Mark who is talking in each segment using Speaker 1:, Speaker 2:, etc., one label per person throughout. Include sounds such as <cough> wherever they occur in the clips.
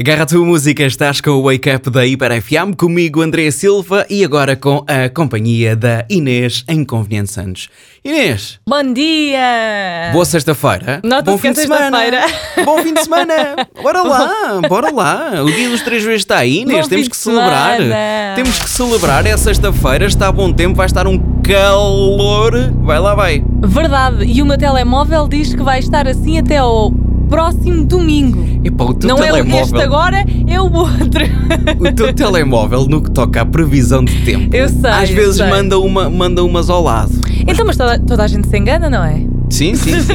Speaker 1: Agarra a tua música, estás com o Wake Up da Hiper FM, comigo André Silva e agora com a companhia da Inês em Conveniente Santos. Inês,
Speaker 2: Bom dia!
Speaker 1: boa sexta-feira.
Speaker 2: Nota-se
Speaker 1: Bom
Speaker 2: que é
Speaker 1: fim de semana.
Speaker 2: sexta-feira.
Speaker 1: Bom fim de semana. Bora lá, bora lá. O dia dos três vezes está aí, Inês.
Speaker 2: Bom
Speaker 1: Temos
Speaker 2: fim
Speaker 1: que
Speaker 2: de
Speaker 1: celebrar.
Speaker 2: semana.
Speaker 1: Temos que celebrar. É sexta-feira, está a bom tempo, vai estar um calor. Vai lá, vai.
Speaker 2: Verdade, e o meu telemóvel diz que vai estar assim até ao próximo domingo.
Speaker 1: Epá, o teu
Speaker 2: Não
Speaker 1: telemóvel.
Speaker 2: é o este agora, é o
Speaker 1: <laughs>
Speaker 2: outro.
Speaker 1: O teu telemóvel, no que toca à previsão de tempo,
Speaker 2: Eu sei,
Speaker 1: às
Speaker 2: eu
Speaker 1: vezes
Speaker 2: sei.
Speaker 1: manda, uma, manda umas ao lado.
Speaker 2: Então, mas toda, toda a gente se engana, não é?
Speaker 1: Sim, sim, sim.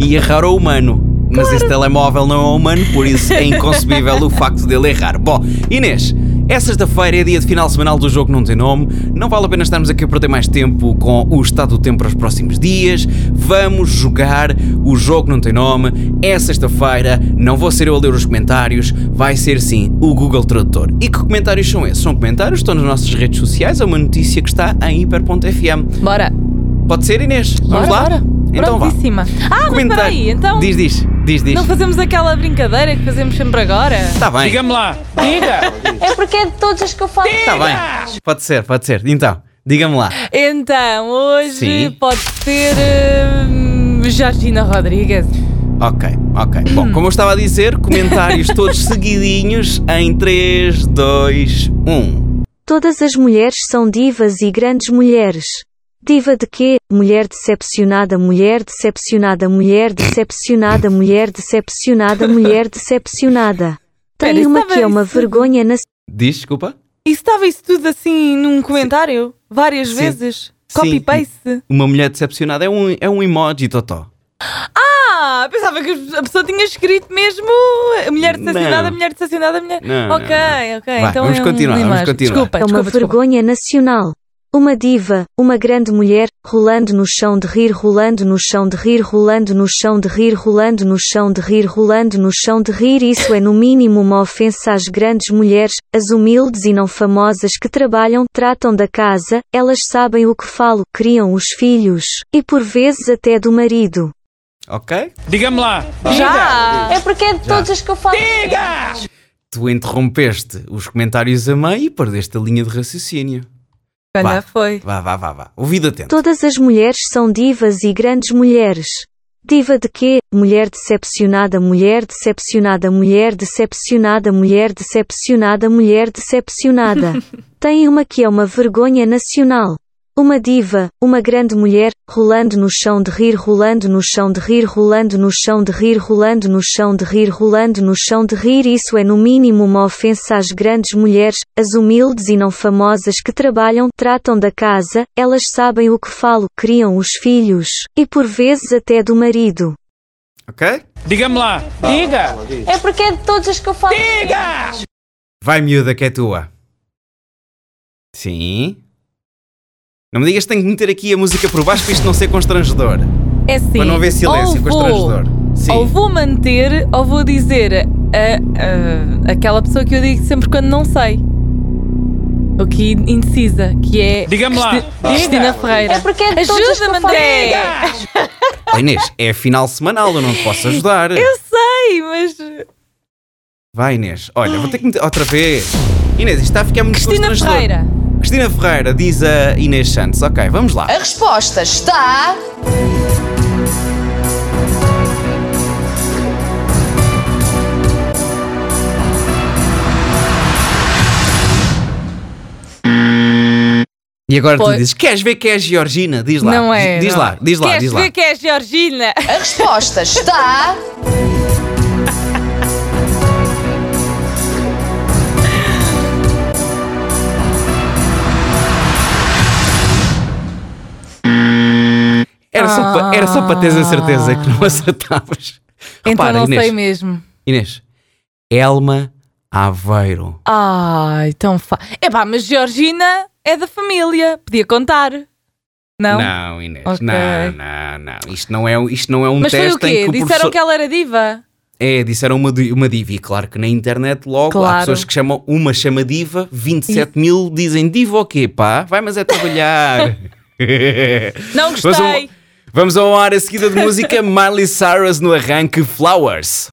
Speaker 1: E errar ao humano. Mas esse telemóvel não é humano, por isso é inconcebível o facto dele errar. Bom, Inês, é sexta-feira, é dia de final semanal do jogo que não tem nome. Não vale a pena estarmos aqui a perder mais tempo com o estado do tempo para os próximos dias. Vamos jogar o jogo não tem nome. É sexta-feira, não vou ser eu a ler os comentários, vai ser sim o Google Tradutor. E que comentários são esses? São comentários que estão nas nossas redes sociais, é uma notícia que está em hiper.fm.
Speaker 2: Bora!
Speaker 1: Pode ser, Inês? Vamos
Speaker 2: bora,
Speaker 1: lá?
Speaker 2: Bora.
Speaker 1: Então vá.
Speaker 2: Prontíssima. Ah, mas
Speaker 1: Comentário.
Speaker 2: espera aí, então
Speaker 1: Diz, diz, diz, diz.
Speaker 2: não fazemos aquela brincadeira que fazemos sempre agora?
Speaker 1: Está bem,
Speaker 3: Diga-me lá, diga!
Speaker 4: É porque é de todas as que eu falo.
Speaker 1: está tá bem. Pode ser, pode ser. Então, diga-me lá.
Speaker 2: Então, hoje
Speaker 1: Sim.
Speaker 2: pode ser hum, Georgina Rodrigues.
Speaker 1: Ok, ok. Bom, como eu estava a dizer, comentários todos seguidinhos em um. 3, 2, 1.
Speaker 5: Todas as mulheres são divas e grandes mulheres. Diva de quê? Mulher decepcionada, mulher decepcionada, mulher decepcionada, mulher decepcionada, mulher decepcionada.
Speaker 2: Pera,
Speaker 5: Tem
Speaker 2: isso
Speaker 5: uma
Speaker 2: tava
Speaker 5: que é uma
Speaker 2: isso. tá
Speaker 5: vergonha na
Speaker 1: Diz, desculpa.
Speaker 2: E estava isso tudo assim num comentário? Várias
Speaker 1: Sim.
Speaker 2: vezes?
Speaker 1: Sim.
Speaker 2: Copy-paste?
Speaker 1: Uma mulher decepcionada é um, é um emoji, Totó.
Speaker 2: Ah, pensava que a pessoa tinha escrito mesmo mulher decepcionada,
Speaker 1: Não.
Speaker 2: mulher decepcionada, mulher.
Speaker 1: Não, não,
Speaker 2: ok,
Speaker 1: não.
Speaker 2: ok.
Speaker 1: Vai,
Speaker 2: então
Speaker 1: vamos
Speaker 2: é um
Speaker 1: continuar, vamos
Speaker 2: imagem.
Speaker 1: continuar.
Speaker 2: Desculpa,
Speaker 5: é uma
Speaker 2: desculpa, desculpa.
Speaker 5: vergonha nacional. Uma diva, uma grande mulher, rolando no chão de rir, rolando no chão de rir, rolando no chão de rir, rolando no chão de rir, rolando no chão de rir. Isso é no mínimo uma ofensa às grandes mulheres, as humildes e não famosas que trabalham, tratam da casa, elas sabem o que falo, criam os filhos, e por vezes até do marido.
Speaker 1: Ok?
Speaker 3: Diga-me lá,
Speaker 2: Já!
Speaker 4: É porque é de todas as que eu falo.
Speaker 1: Tu interrompeste os comentários a meio e perdeste a linha de raciocínio. Vá.
Speaker 2: Quando foi?
Speaker 1: Vá, vá, vá, vá. Ouvido atento.
Speaker 5: Todas as mulheres são divas e grandes mulheres. Diva de quê? Mulher decepcionada, mulher decepcionada, mulher decepcionada, mulher decepcionada, mulher decepcionada. Tem uma que é uma vergonha nacional. Uma diva, uma grande mulher, rolando no chão de rir, rolando no chão de rir, rolando no chão de rir, rolando no chão de rir, rolando no chão de rir. Isso é no mínimo uma ofensa às grandes mulheres, as humildes e não famosas que trabalham, tratam da casa, elas sabem o que falo, criam os filhos, e por vezes até do marido.
Speaker 1: Ok?
Speaker 3: diga-me lá, diga!
Speaker 4: É porque é de todas as que eu falo.
Speaker 1: Vai, miúda, que é tua. Sim. Não me digas que tenho que meter aqui a música por baixo para isto não ser constrangedor.
Speaker 2: É sim.
Speaker 1: Para não haver silêncio
Speaker 2: ou
Speaker 1: constrangedor.
Speaker 2: vou,
Speaker 1: Sim.
Speaker 2: ou vou manter, ou vou dizer a, a- aquela pessoa que eu digo sempre quando não sei. O que indecisa, que é
Speaker 3: Diga-me lá.
Speaker 2: Cristi-
Speaker 3: Diga.
Speaker 2: Cristina Ferreira.
Speaker 4: É porque é de todas as que eu
Speaker 2: Ajuda-me,
Speaker 4: falo.
Speaker 2: André!
Speaker 1: Oh, Inês, é final semanal, eu não te posso ajudar.
Speaker 2: <laughs> Eu sei, mas.
Speaker 1: Vai, Inês. Olha, vou ter que meter outra vez. Inês, isto está a ficar muito
Speaker 2: Cristina
Speaker 1: constrangedor.
Speaker 2: Ferreira.
Speaker 1: Cristina Ferreira, diz a Inês Santos. Ok, vamos lá.
Speaker 6: A resposta está.
Speaker 1: E agora tu
Speaker 2: Pois.
Speaker 1: dizes, queres ver que é a Georgina? Diz lá.
Speaker 2: Não é.
Speaker 1: Diz
Speaker 2: não.
Speaker 1: lá, diz lá,
Speaker 2: Queres
Speaker 1: diz lá.
Speaker 2: ver que é a Georgina?
Speaker 6: A resposta está.
Speaker 1: Era, só para, era só para teres a certeza que não <laughs> acertavas.
Speaker 2: Ah. então
Speaker 1: Repara,
Speaker 2: não
Speaker 1: Inês.
Speaker 2: sei mesmo.
Speaker 1: Inês, Elma Aveiro.
Speaker 2: Ai, tão fa... Epá, mas Georgina é da família. Podia contar. Não?
Speaker 1: Não, Inês,
Speaker 2: Ok.
Speaker 1: não, não, não. Isto não é, um- isto não é um
Speaker 2: mas foi
Speaker 1: teste
Speaker 2: o quê?
Speaker 1: em que o
Speaker 2: Disseram
Speaker 1: professor...
Speaker 2: que ela era diva?
Speaker 1: É, disseram uma, di- uma diva. E claro que na internet logo há
Speaker 2: Claro.
Speaker 1: pessoas que chamam uma chama diva, 27 mil dizem diva o quê, pá? Vai, mas é
Speaker 2: <laughs>
Speaker 1: trabalhar.
Speaker 2: Não
Speaker 1: Vamos a um-
Speaker 2: gostei.
Speaker 1: Vamos a uma hora seguida de música Miley Cyrus no arranque Flowers.